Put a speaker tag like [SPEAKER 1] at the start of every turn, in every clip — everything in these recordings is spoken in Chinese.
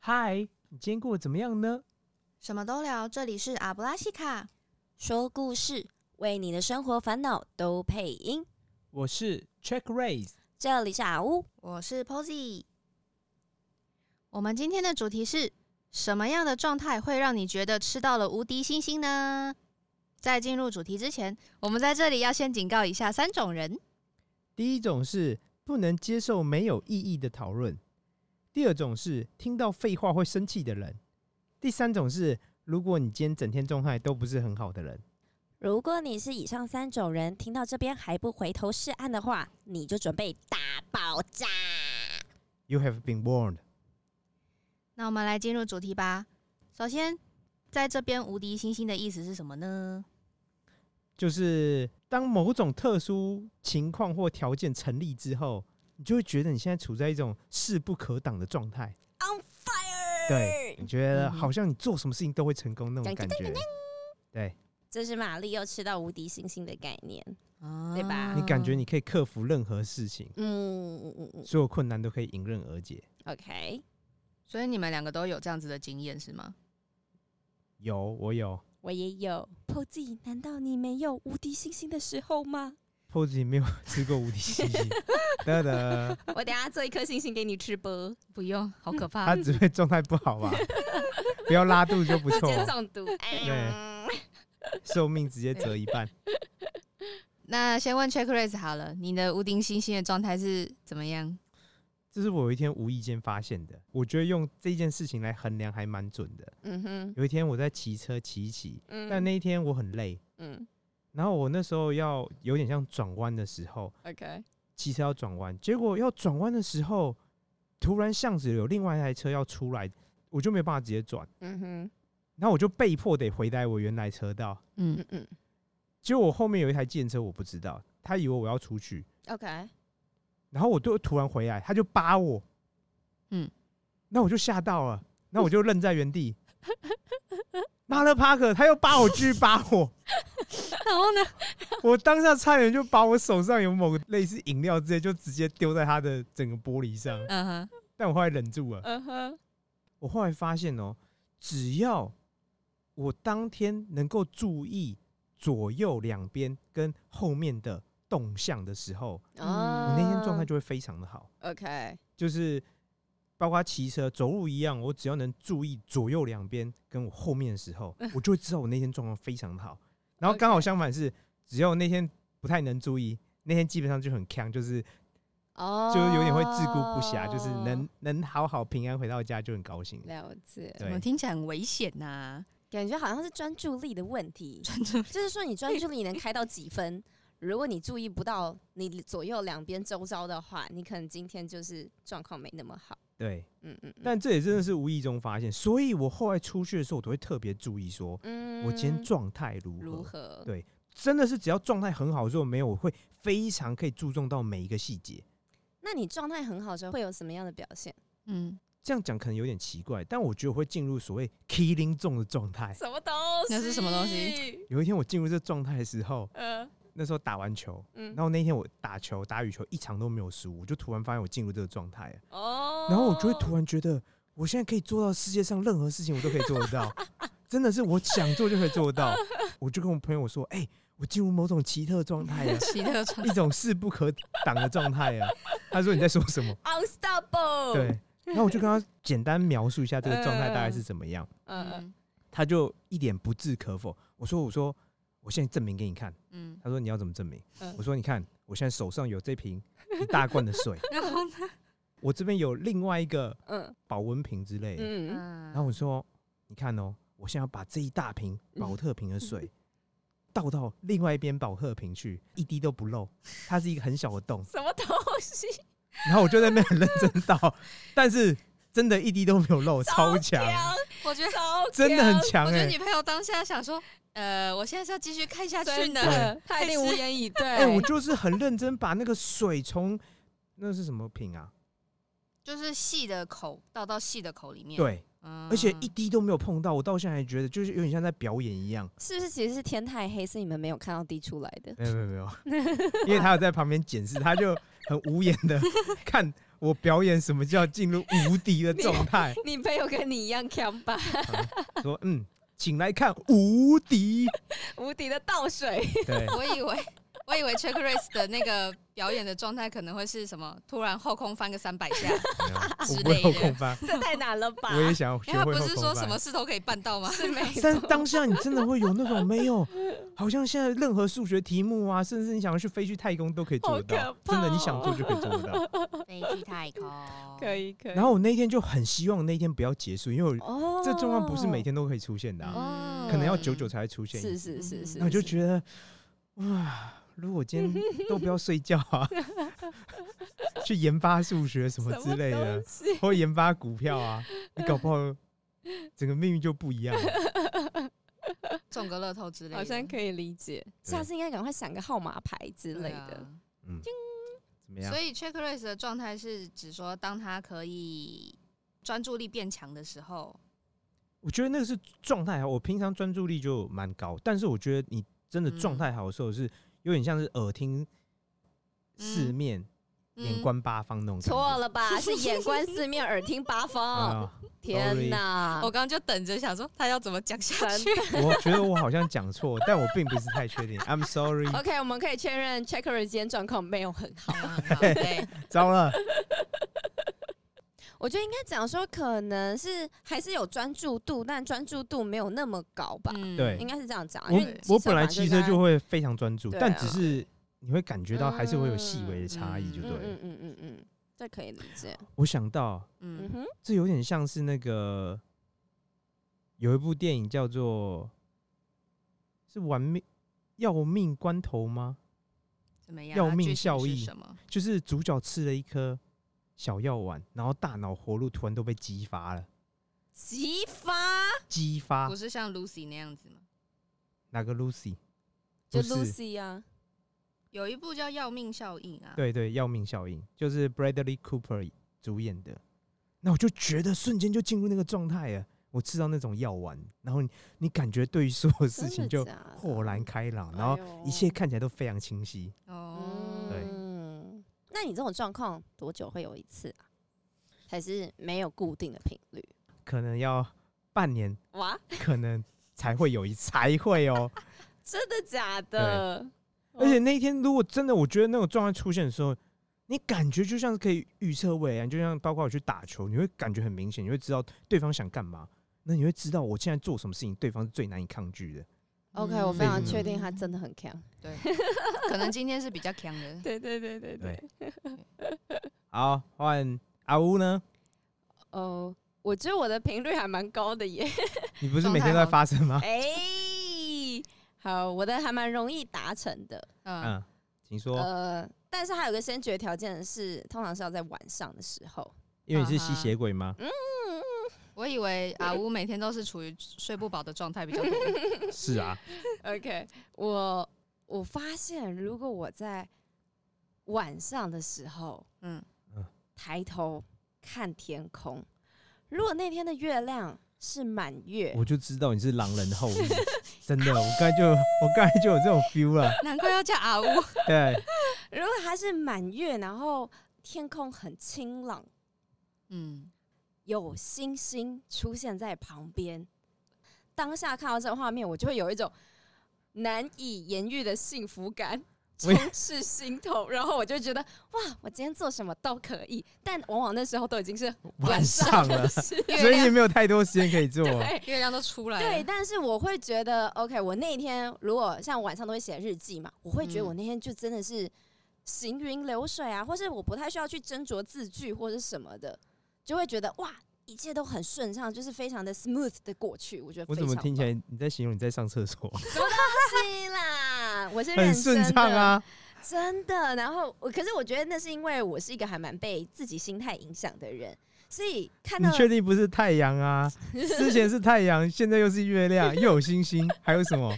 [SPEAKER 1] 嗨，你今天过得怎么样呢？
[SPEAKER 2] 什么都聊，这里是阿布拉西卡，
[SPEAKER 3] 说故事，为你的生活烦恼都配音。
[SPEAKER 1] 我是 Check Raise，
[SPEAKER 3] 这里是啊阿乌，
[SPEAKER 2] 我是 Posy。我们今天的主题是什么样的状态会让你觉得吃到了无敌星星呢？在进入主题之前，我们在这里要先警告以下三种人：
[SPEAKER 1] 第一种是不能接受没有意义的讨论；第二种是听到废话会生气的人；第三种是如果你今天整天状态都不是很好的人。
[SPEAKER 3] 如果你是以上三种人，听到这边还不回头是岸的话，你就准备大爆炸。
[SPEAKER 1] You have been warned。
[SPEAKER 2] 那我们来进入主题吧。首先，在这边“无敌星星”的意思是什么呢？
[SPEAKER 1] 就是当某种特殊情况或条件成立之后，你就会觉得你现在处在一种势不可挡的状态。
[SPEAKER 3] On fire！
[SPEAKER 1] 对，你，觉得
[SPEAKER 2] 嗯哼
[SPEAKER 1] 好像你做什么事情都会成功那种感觉。对
[SPEAKER 3] 这是玛丽又吃到无敌星星的概念。
[SPEAKER 2] 对
[SPEAKER 3] 吧
[SPEAKER 1] 你感觉你可以克服任何事情，
[SPEAKER 3] 嗯嗯嗯嗯
[SPEAKER 1] 所有困难都可以迎刃而解。
[SPEAKER 3] ，OK，
[SPEAKER 2] 所以你们两个都有这样子的经验是吗？
[SPEAKER 1] 有，我有。
[SPEAKER 3] 我也有。Posy，难道你没有无敌星星的时候吗？
[SPEAKER 1] Posy 没有 吃过无敌星 星，得得，
[SPEAKER 3] 我等下做一颗星星给你吃吧。
[SPEAKER 2] 不用，好 可怕
[SPEAKER 1] 他只会状态不好 吧？不要拉肚子就不
[SPEAKER 3] 直
[SPEAKER 1] 错
[SPEAKER 3] 接
[SPEAKER 1] 了，
[SPEAKER 3] 中 毒。哎呀，
[SPEAKER 1] 寿命直接折一半。
[SPEAKER 2] 那先问 Check Race 好了，你的无敌星星的状态是怎么样？
[SPEAKER 1] 这是我有一天无意间发现的，我觉得用这件事情来衡量还蛮准的。
[SPEAKER 3] 嗯哼，
[SPEAKER 1] 有一天我在骑车骑一骑，
[SPEAKER 3] 嗯
[SPEAKER 1] 但那一天我很累，
[SPEAKER 3] 嗯
[SPEAKER 1] 然后我那时候要有点像转弯的时候，
[SPEAKER 3] ，OK，
[SPEAKER 1] 骑车要转弯，结果要转弯的时候，突然巷子有另外一台车要出来，我就没有办法直接转，
[SPEAKER 3] 嗯哼，
[SPEAKER 1] 然后我就被迫得回来我原来车道。
[SPEAKER 2] 嗯
[SPEAKER 3] 嗯嗯
[SPEAKER 1] 结果我后面有一台电车，我不知道，他以为我要出去，
[SPEAKER 3] ，OK，
[SPEAKER 1] 然后我就突然回来，他就扒我，
[SPEAKER 2] 嗯，
[SPEAKER 1] 那我就吓到了，那我就愣在原地。妈了帕克，他又扒我，继续扒我，
[SPEAKER 2] 然后呢？
[SPEAKER 1] 我当下差点就把我手上有某个类似饮料之类，就直接丢在他的整个玻璃上，
[SPEAKER 2] 嗯哼，
[SPEAKER 1] 但我后来忍住了。
[SPEAKER 3] 嗯哼，
[SPEAKER 1] 我后来发现哦，只要我当天能够注意左右两边跟后面的动向的时候，我
[SPEAKER 2] 哦
[SPEAKER 1] 那天状态就会非常的好。
[SPEAKER 3] 嗯哦 OK，
[SPEAKER 1] 就是包括骑车、走路一样，我只要能注意左右两边跟我后面的时候，我就会知道我那天状况非常好。然后刚好
[SPEAKER 3] OK
[SPEAKER 1] 相反是，只要我那天不太能注意，那天基本上就很强，就是
[SPEAKER 3] 哦
[SPEAKER 1] 就是有点会自顾不暇，就是能能好好平安回到家就很高兴了。
[SPEAKER 3] 了解，
[SPEAKER 2] 怎么
[SPEAKER 1] 对，
[SPEAKER 2] 听起来很危险呐、
[SPEAKER 3] 感觉好像是专注力的问题，就是说你专注力能开到几分？如果你注意不到你左右两边周遭的话，你可能今天就是状况没那么好。
[SPEAKER 1] 对。
[SPEAKER 3] 嗯嗯，嗯
[SPEAKER 1] 但这也真的是无意中发现，所以我后来出去的时候，我都会特别注意说，
[SPEAKER 3] 嗯
[SPEAKER 1] 我今天状态如何。
[SPEAKER 3] 如何？
[SPEAKER 1] 对真的是只要状态很好的时候，没有我会非常可以注重到每一个细节。
[SPEAKER 3] 那你状态很好的时候会有什么样的表现？
[SPEAKER 2] 嗯，
[SPEAKER 1] 这样讲可能有点奇怪，但我觉得我会进入所谓 killing 重的状态。
[SPEAKER 3] 什么东西？
[SPEAKER 2] 那是什么东
[SPEAKER 3] 西？
[SPEAKER 1] 有一天我进入这状态的时候，
[SPEAKER 3] 呃，
[SPEAKER 1] 那时候打完球，
[SPEAKER 3] 嗯
[SPEAKER 1] 然，后那天我打球打羽球一场都没有输，我就突然发现我进入这个状态了，
[SPEAKER 3] 哦
[SPEAKER 1] 然后我就会突然觉得我现在可以做到世界上任何事情，我都可以做得到，真的是我想做就可以做得到。我就跟我朋友说，哎、我进入某种奇特状态了，
[SPEAKER 2] 奇特状
[SPEAKER 1] 一种势不可挡的状态了。他说你在说什么？
[SPEAKER 3] unstoppable。
[SPEAKER 1] 对，然后我就跟他简单描述一下这个状态大概是怎么样。
[SPEAKER 3] 哦嗯，嗯
[SPEAKER 2] 嗯
[SPEAKER 1] 他就一脸不置可否。我说：“我说，我现在证明给你看。
[SPEAKER 2] 嗯”，
[SPEAKER 1] 他说：“你要怎么证明？”
[SPEAKER 3] 嗯
[SPEAKER 1] 我说：“你看，我现在手上有这瓶一大罐的 水，
[SPEAKER 2] 嗯然后呢？
[SPEAKER 1] 我这边有另外一个
[SPEAKER 3] 嗯
[SPEAKER 1] 保温瓶之类的。
[SPEAKER 3] 嗯，
[SPEAKER 2] 然
[SPEAKER 1] 然后我说：“你看哦，我现在要把这一大瓶保特瓶的水倒到另外一边保特瓶去，一滴都不漏。它是一个很小的洞。
[SPEAKER 3] 什么东西？
[SPEAKER 1] 然后我就在那边很认真倒，但是真的一滴都没有漏，超强，
[SPEAKER 2] 我觉得，
[SPEAKER 3] 超
[SPEAKER 1] 真的很
[SPEAKER 3] 强
[SPEAKER 1] 强
[SPEAKER 2] 我觉
[SPEAKER 1] 哎、
[SPEAKER 2] 得女朋友当下想说，呃，我现在是要继续看下去
[SPEAKER 3] 真
[SPEAKER 2] 呢，
[SPEAKER 3] 的，他
[SPEAKER 2] 还
[SPEAKER 3] 一定
[SPEAKER 2] 是
[SPEAKER 3] 无言以对。
[SPEAKER 1] 哎、我就是很认真把那个水从那是什么瓶啊？
[SPEAKER 2] 就是细的口倒到细的口里面，，
[SPEAKER 1] 对，
[SPEAKER 2] 嗯
[SPEAKER 1] 而且一滴都没有碰到，我到现在还觉得就是有点像在表演一样。
[SPEAKER 3] 是不是其实是天太黑，是你们没有看到滴出来的？
[SPEAKER 1] 没有没有没有，因为他有在旁边检视，他就很无言的看我表演什么叫进入无敌的 状态，
[SPEAKER 3] 你朋友跟你一样 c a 吧，
[SPEAKER 1] 说嗯，请来看无敌。
[SPEAKER 3] 无敌的倒水，
[SPEAKER 1] 对，
[SPEAKER 2] 我以为我以为 Check Race 的那个表演的状态可能会是什么，突然后空翻个三百下，
[SPEAKER 1] 没有
[SPEAKER 2] 之
[SPEAKER 1] 我不会
[SPEAKER 2] 类
[SPEAKER 1] 后
[SPEAKER 2] 的
[SPEAKER 1] 空翻，
[SPEAKER 3] 这太难了吧
[SPEAKER 1] 我也想要学
[SPEAKER 2] 因为他
[SPEAKER 1] 会
[SPEAKER 2] 不
[SPEAKER 1] 后
[SPEAKER 2] 是说
[SPEAKER 1] 空
[SPEAKER 2] 什么
[SPEAKER 1] 翻。
[SPEAKER 2] 事都可以办到吗？
[SPEAKER 3] 是没
[SPEAKER 1] 但是当下你真的会有那种没有，好像现在任何数学题目啊，甚至你想要去飞去太空都可以做得
[SPEAKER 3] 好
[SPEAKER 1] 到
[SPEAKER 3] 可，怕
[SPEAKER 1] 真
[SPEAKER 3] 哦
[SPEAKER 1] 的你想做就可以做得 到。
[SPEAKER 2] 飞去太空以。
[SPEAKER 3] 以可以
[SPEAKER 1] 然后我那天就很希望那一天不要结束，因为我
[SPEAKER 3] 哦
[SPEAKER 1] 这状况不是每天都可以出现的啊、
[SPEAKER 3] 哦
[SPEAKER 1] 可能要久久才会出现一次。
[SPEAKER 3] 是是是
[SPEAKER 2] 嗯
[SPEAKER 3] 是，
[SPEAKER 1] 那我就是觉得，哇，如果今天都不要睡觉啊， 去研发数学什么之类的，，啊
[SPEAKER 3] 什么东西
[SPEAKER 1] 或研发股票啊，你搞不好整个命运就不一样了。
[SPEAKER 2] 中个乐透之类的，
[SPEAKER 3] 好像可以理解。下次应该赶快想个号码牌之
[SPEAKER 2] 对
[SPEAKER 3] 类的。
[SPEAKER 2] 啊
[SPEAKER 1] 嗯，怎么样
[SPEAKER 2] 所？以 check race 的状态是指说，当他可以专注力变强的时候，
[SPEAKER 1] 我觉得那个是状态啊好。我平常专注力就蛮高，但是我觉得你真的状
[SPEAKER 2] 嗯
[SPEAKER 1] 态好的时候是有点像是耳听四
[SPEAKER 2] 嗯
[SPEAKER 1] 面，眼
[SPEAKER 2] 嗯
[SPEAKER 1] 观八方那种感觉。
[SPEAKER 3] 错了吧？是眼观四面，耳听八方。
[SPEAKER 1] 啊，
[SPEAKER 3] 天哪！
[SPEAKER 2] 我刚刚就等着想说他要怎么讲下
[SPEAKER 3] 真
[SPEAKER 2] 去。
[SPEAKER 1] 我觉得我好像讲错，但我并不是太确定。I'm sorry，
[SPEAKER 3] OK，我们可以确认 Checker 今天状况没有很好。
[SPEAKER 2] 啊对，
[SPEAKER 1] 糟了。
[SPEAKER 3] 我觉得应该讲说，可能是还是有专注度，但专注度没有那么高吧。
[SPEAKER 2] 嗯
[SPEAKER 1] 对
[SPEAKER 3] 应该是这样讲，啊因为
[SPEAKER 1] 我我本来骑车就
[SPEAKER 3] 会
[SPEAKER 1] 会非常专注，
[SPEAKER 3] 对啊
[SPEAKER 1] 但只是你会感觉到还是会有细微的差异，就对
[SPEAKER 3] 嗯
[SPEAKER 1] 了。
[SPEAKER 3] 嗯嗯嗯嗯，这可以理解。
[SPEAKER 1] 我想到
[SPEAKER 3] 嗯
[SPEAKER 2] 嗯，
[SPEAKER 3] 哼，
[SPEAKER 1] 这有点像是那个有一部电影叫做是玩命要命关头吗？
[SPEAKER 2] 怎么样？
[SPEAKER 1] 要
[SPEAKER 2] 它
[SPEAKER 1] 命
[SPEAKER 2] 剧情
[SPEAKER 1] 效
[SPEAKER 2] 是
[SPEAKER 1] 益
[SPEAKER 2] 什么？
[SPEAKER 1] 就是主角吃了一颗小药丸，然后大脑活路突然都被激发了，
[SPEAKER 3] 激发
[SPEAKER 1] 激发
[SPEAKER 2] 不是像 Lucy 那样子吗？
[SPEAKER 1] 哪个 Lucy？
[SPEAKER 3] 就
[SPEAKER 1] 不是
[SPEAKER 3] Lucy 啊，
[SPEAKER 2] 有一部叫《要命效应》啊，
[SPEAKER 1] 对对，要命效应就是 Bradley Cooper 主演的。那我就觉得瞬间就进入那个状态了。我吃到那种药丸，然后你你感觉对于所有事情就
[SPEAKER 3] 真的假啊哎的
[SPEAKER 1] 豁然开朗，然后一切看起来都非常清晰。
[SPEAKER 2] 哦，
[SPEAKER 1] 对
[SPEAKER 3] 嗯，那你这种状况多久会有一次啊？还是没有固定的频率？
[SPEAKER 1] 可能要半年，
[SPEAKER 3] 哇，
[SPEAKER 1] 可能才会有一才会 哦。
[SPEAKER 3] 真的假的？
[SPEAKER 1] 而且那一天如果真的，我觉得那种状态出现的时候，你感觉就像是可以预测未来，就像包括我去打球，你会感觉很明显，你会知道对方想干嘛，那你会知道我现在做什么事情，对方是最难以抗拒的。
[SPEAKER 3] 哦 OK，我非常
[SPEAKER 1] 嗯
[SPEAKER 3] 确定他真的很强。
[SPEAKER 2] 对，可能今天是比较强
[SPEAKER 1] 嗯
[SPEAKER 2] 的。
[SPEAKER 3] 对对对对
[SPEAKER 1] 对。好，换阿乌呢？
[SPEAKER 3] 哦，我觉得我的频率还蛮高的耶。
[SPEAKER 1] 你不是每天都在发生 吗？
[SPEAKER 3] 哎、好，我的还蛮容易达成的。
[SPEAKER 2] 嗯，
[SPEAKER 1] 嗯，请说，
[SPEAKER 3] 呃，但是还有个先决条件是，通常是要在晚上的时 候。
[SPEAKER 1] 因为你是吸血鬼吗？
[SPEAKER 2] 我以为阿乌每天都是处于睡不饱的状态比较多。
[SPEAKER 1] 是啊，
[SPEAKER 3] OK，我我发现如果我在晚上的时候
[SPEAKER 2] 嗯，
[SPEAKER 3] 抬头看天空，如果那天的月亮是满月，
[SPEAKER 1] 我就知道你是狼人后裔，真的，我刚才就我刚才就有这种 feel 了。
[SPEAKER 2] 难怪要叫阿乌。
[SPEAKER 1] 对，
[SPEAKER 3] 如果它是满月，然后天空很清朗，
[SPEAKER 2] 嗯，
[SPEAKER 3] 有星星出现在旁边，当下看到这个画面，我就会有一种难以言喻的幸福感。
[SPEAKER 1] 我
[SPEAKER 3] 充
[SPEAKER 1] 也
[SPEAKER 3] 斥心头，然后我就觉得哇，我今天做什么都可以，但往往那时候都已经是
[SPEAKER 1] 晚上了
[SPEAKER 3] 的， 事。
[SPEAKER 1] 所以你也没有太多时间可以做。
[SPEAKER 3] 啊对
[SPEAKER 2] 月亮都出来
[SPEAKER 1] 嗯
[SPEAKER 3] 对，
[SPEAKER 2] 了。
[SPEAKER 3] 但是我会觉得，OK，我那一天如果像晚上都会写日记嘛，我会觉得我
[SPEAKER 2] 嗯
[SPEAKER 3] 那天就真的是行云流水啊，或是我不太需要去斟酌字句或者什么的，就会觉得哇，一切都很顺畅，就是非常的 smooth 的过去。我觉得
[SPEAKER 1] 我
[SPEAKER 3] 非
[SPEAKER 1] 怎么
[SPEAKER 3] 常
[SPEAKER 1] 听起来你在形容你在上厕所，
[SPEAKER 3] 棒是啦，我是认
[SPEAKER 1] 很
[SPEAKER 3] 真
[SPEAKER 1] 顺畅
[SPEAKER 3] 的，
[SPEAKER 1] 啊？
[SPEAKER 3] 真的。然后我，可是我觉得那是因为我是一个还蛮被自己心态影响的人，所以看
[SPEAKER 1] 你
[SPEAKER 3] 到
[SPEAKER 1] 确定不是太阳啊？之前是太阳，现在又是月亮，又有星星，还有什么？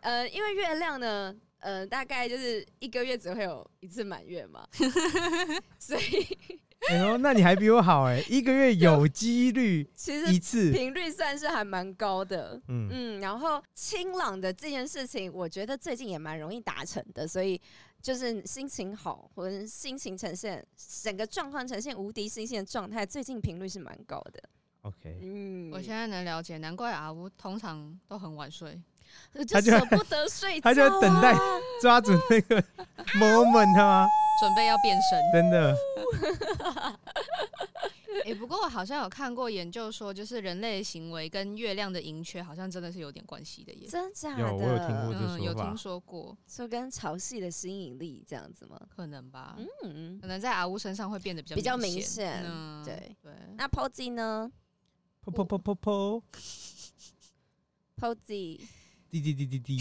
[SPEAKER 3] 呃，因为月亮呢，呃，大概就是一个月只会有一次满月嘛，所以
[SPEAKER 1] 哎呦，那你还比我好哎、一个月有几率
[SPEAKER 3] 其
[SPEAKER 1] 一
[SPEAKER 3] 实
[SPEAKER 1] 次，
[SPEAKER 3] 频率算是还蛮高的。
[SPEAKER 1] 嗯，
[SPEAKER 3] 嗯，然后清朗的这件事情，我觉得最近也蛮容易达成的，所以就是心情好或者是心情呈现整个状况呈现无敌新鲜的状态，最近频率是蛮高的。
[SPEAKER 1] ，OK，
[SPEAKER 3] 嗯，
[SPEAKER 2] 我现在能了解，难怪阿乌通常都很晚睡。
[SPEAKER 3] 我
[SPEAKER 1] 他
[SPEAKER 3] 就
[SPEAKER 1] 就
[SPEAKER 3] 舍不得睡觉、
[SPEAKER 1] 他
[SPEAKER 3] 啊，
[SPEAKER 1] 就等待抓住那 个 moment 啊，
[SPEAKER 2] 准备要变 身。
[SPEAKER 1] 真的，
[SPEAKER 2] 哎、不过我好像有看过研究说，就是人类行为跟月亮的盈缺好像真的是有点关系的耶。
[SPEAKER 3] 真假的？
[SPEAKER 1] 有我有听过这
[SPEAKER 2] 嗯，有
[SPEAKER 1] 说法
[SPEAKER 2] 听说过，
[SPEAKER 3] 就跟潮汐的吸引力这样子吗？
[SPEAKER 2] 可能吧，
[SPEAKER 3] 嗯，
[SPEAKER 2] 可能在阿乌身上会变得比较
[SPEAKER 3] 比较
[SPEAKER 2] 明
[SPEAKER 3] 明显
[SPEAKER 2] 嗯
[SPEAKER 3] 对
[SPEAKER 2] 对，
[SPEAKER 3] 那 Posy 呢
[SPEAKER 1] 噗噗噗噗噗，
[SPEAKER 3] ？Posy，
[SPEAKER 1] 滴滴滴滴 滴，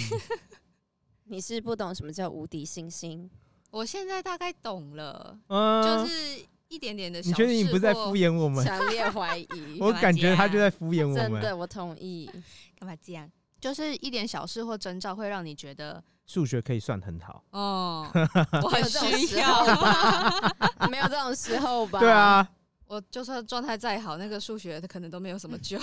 [SPEAKER 3] 你是不懂什么叫无敌星星，
[SPEAKER 2] 我现在大概懂了，
[SPEAKER 1] 嗯，
[SPEAKER 2] 就是一点点的小
[SPEAKER 1] 你
[SPEAKER 2] 事或。
[SPEAKER 1] 确定你不是在敷衍我们？
[SPEAKER 3] 强烈怀疑。
[SPEAKER 1] 我感觉他就在敷衍我
[SPEAKER 3] 啊真
[SPEAKER 1] 们。
[SPEAKER 3] 的，我同意。
[SPEAKER 2] 干嘛这样？就是一点小事或征兆会让你觉得，
[SPEAKER 1] 数学可以算很好，
[SPEAKER 2] 哦，我
[SPEAKER 3] 没
[SPEAKER 2] 很
[SPEAKER 3] 有这种
[SPEAKER 2] 需
[SPEAKER 3] 时候
[SPEAKER 2] 要。
[SPEAKER 3] 吧？ 没有这种时候吧？
[SPEAKER 1] 对。啊，
[SPEAKER 2] 我就算状态再好，那个数学可能都没有什么救，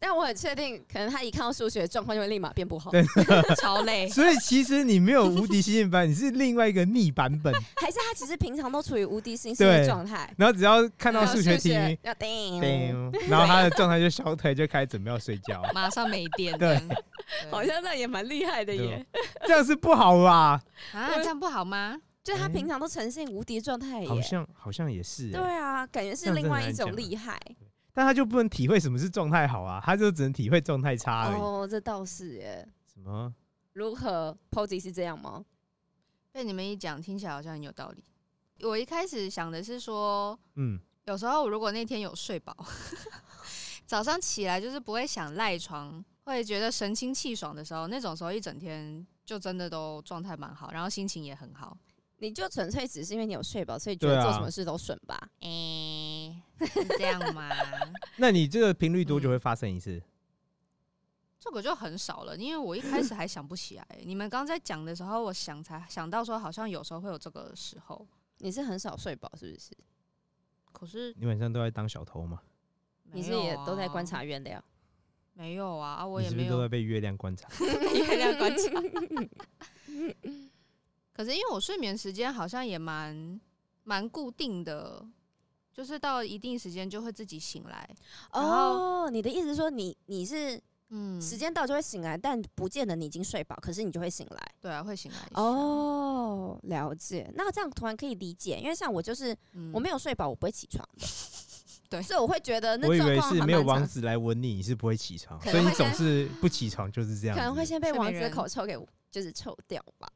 [SPEAKER 3] 但我很确定，可能他一看到数学状况就会立马变不好
[SPEAKER 1] 对，
[SPEAKER 2] 超累。
[SPEAKER 1] 所以其实你没有无敌星星版，你是另外一个逆版 本。
[SPEAKER 3] 还是他其实平常都处于无敌星星
[SPEAKER 1] 对
[SPEAKER 3] 的状态？
[SPEAKER 1] 然后只要看到
[SPEAKER 3] 然后
[SPEAKER 1] 数学题，
[SPEAKER 3] 要叮，
[SPEAKER 1] 叮，然后他的状态就小腿就开始准备要睡 觉，
[SPEAKER 2] 马上没电，
[SPEAKER 1] 对
[SPEAKER 2] 这样，
[SPEAKER 3] 好像这样也蛮厉害的
[SPEAKER 1] 对
[SPEAKER 3] 耶。
[SPEAKER 1] 这样是不好吧？
[SPEAKER 2] 啊，这样不好吗？
[SPEAKER 3] 就他平常都呈现无敌状态
[SPEAKER 1] 好
[SPEAKER 3] 耶。
[SPEAKER 1] 像好像也是欸、
[SPEAKER 3] 对啊，感觉
[SPEAKER 1] 这
[SPEAKER 3] 是
[SPEAKER 1] 样真的
[SPEAKER 3] 另外一
[SPEAKER 1] 很
[SPEAKER 3] 种
[SPEAKER 1] 强
[SPEAKER 3] 厉害。
[SPEAKER 1] 但他就不能体会什么是状态好啊，他就只能体会状态差而已。
[SPEAKER 3] 哦，这倒是耶。
[SPEAKER 1] 什么？
[SPEAKER 3] 如何 Posy 是这样吗？
[SPEAKER 2] 被你们一讲，听起来好像很有道理。我一开始想的是说，
[SPEAKER 1] 嗯，
[SPEAKER 2] 有时候如果那天有睡饱， 早上起来就是不会想赖床，会觉得神清气爽的时候，那种时候一整天就真的都状态蛮好，然后心情也很好。
[SPEAKER 3] 你就纯粹只是因为你有睡饱，所以觉得
[SPEAKER 1] 对啊
[SPEAKER 3] 做什么事都顺吧？
[SPEAKER 2] 诶、是这样吗？
[SPEAKER 1] 那你这个频率
[SPEAKER 3] 嗯
[SPEAKER 1] 多久会发生一次？
[SPEAKER 2] 这个就很少了，因为我一开始还想不起来。你们刚在讲的时候，我想才想到说，好像有时候会有这个时候，
[SPEAKER 3] 你是很少睡饱是不是？
[SPEAKER 2] 可是
[SPEAKER 1] 你晚上都在当小偷吗？
[SPEAKER 2] 没
[SPEAKER 3] 你是
[SPEAKER 2] 有
[SPEAKER 3] 也都在
[SPEAKER 2] 啊
[SPEAKER 3] 观察院的呀？
[SPEAKER 2] 没有啊，啊我
[SPEAKER 1] 你
[SPEAKER 2] 也
[SPEAKER 1] 是不
[SPEAKER 2] 没
[SPEAKER 1] 是都
[SPEAKER 2] 有
[SPEAKER 1] 在被月亮观察？
[SPEAKER 2] 月亮 观察。可是因为我睡眠时间好像也蛮蛮固定的，就是到一定时间就会自己醒来。然后
[SPEAKER 3] 哦，你的意思是说你你是
[SPEAKER 2] 嗯，
[SPEAKER 3] 时间到就会醒来，但不见得你已经睡饱，可是你就会醒来。
[SPEAKER 2] 对啊，会醒来一下。
[SPEAKER 3] 哦，了解。那这样突然可以理解，因为像我就是
[SPEAKER 2] 嗯，
[SPEAKER 3] 我没有睡饱，我不会起床的。
[SPEAKER 2] 对
[SPEAKER 3] 所以我会觉得 那
[SPEAKER 1] 我以
[SPEAKER 3] 状
[SPEAKER 1] 为
[SPEAKER 3] 况
[SPEAKER 1] 是
[SPEAKER 3] 还
[SPEAKER 1] 没有
[SPEAKER 3] 蛮
[SPEAKER 1] 王
[SPEAKER 3] 常
[SPEAKER 1] 子来吻你，你是不会起床，
[SPEAKER 3] 可
[SPEAKER 1] 所
[SPEAKER 3] 能
[SPEAKER 1] 以你
[SPEAKER 3] 会
[SPEAKER 1] 总
[SPEAKER 3] 先
[SPEAKER 1] 是不起床就是这样
[SPEAKER 3] 可
[SPEAKER 1] 子。
[SPEAKER 3] 能会先被
[SPEAKER 2] 睡美
[SPEAKER 3] 王子的
[SPEAKER 2] 人
[SPEAKER 3] 口臭给就是臭掉吧。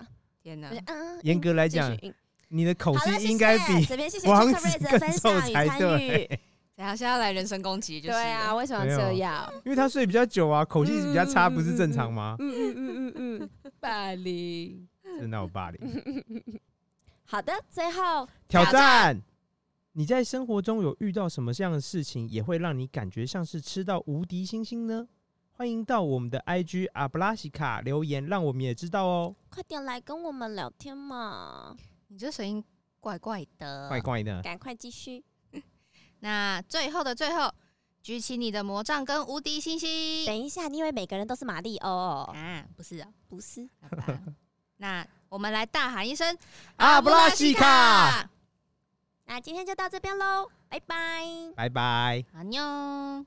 [SPEAKER 2] 天哪
[SPEAKER 3] 我就，嗯，
[SPEAKER 1] 严
[SPEAKER 3] 嗯
[SPEAKER 1] 格来
[SPEAKER 3] 继续
[SPEAKER 1] 讲，
[SPEAKER 3] 嗯
[SPEAKER 1] 你的口
[SPEAKER 3] 好了，谢
[SPEAKER 1] 气
[SPEAKER 3] 谢
[SPEAKER 1] 应该比
[SPEAKER 3] 这边谢谢
[SPEAKER 1] 王
[SPEAKER 3] Jacob
[SPEAKER 1] 子
[SPEAKER 3] Rae 的
[SPEAKER 1] 更
[SPEAKER 3] 分
[SPEAKER 1] 臭
[SPEAKER 3] 享与
[SPEAKER 1] 才
[SPEAKER 3] 参
[SPEAKER 1] 对
[SPEAKER 3] 与。
[SPEAKER 2] 等下现在来人身攻击就是了。
[SPEAKER 3] 对啊，为什么
[SPEAKER 1] 没有
[SPEAKER 3] 这样？
[SPEAKER 1] 因为他睡比较久啊，口气比较差，不是正常吗？
[SPEAKER 3] 嗯嗯嗯嗯嗯，霸凌。
[SPEAKER 1] 真的有霸凌。
[SPEAKER 3] 好的，最后
[SPEAKER 1] 挑
[SPEAKER 3] 嗯挑
[SPEAKER 1] 战，你在生活中有遇到什么样的事情，也会让你感觉像是吃到无敌星星呢？欢迎到我们的 IG 阿布拉西卡留言，让我们也知道哦。
[SPEAKER 3] 快点来跟我们聊天嘛，
[SPEAKER 2] 你这声音怪怪的，
[SPEAKER 3] 呃
[SPEAKER 1] 怪怪的，
[SPEAKER 3] 赶快继续。
[SPEAKER 2] 那最后的最后，举起你的魔杖跟无敌星星
[SPEAKER 3] 等一下，你以为每个人都是马里奥哦？
[SPEAKER 2] 啊，不是啊，
[SPEAKER 3] 不是，
[SPEAKER 2] 好 吧那我们来大喊一声
[SPEAKER 1] 阿布拉西卡，
[SPEAKER 3] 那今天就到这边喽，拜拜。
[SPEAKER 1] 拜拜。
[SPEAKER 2] 阿妞。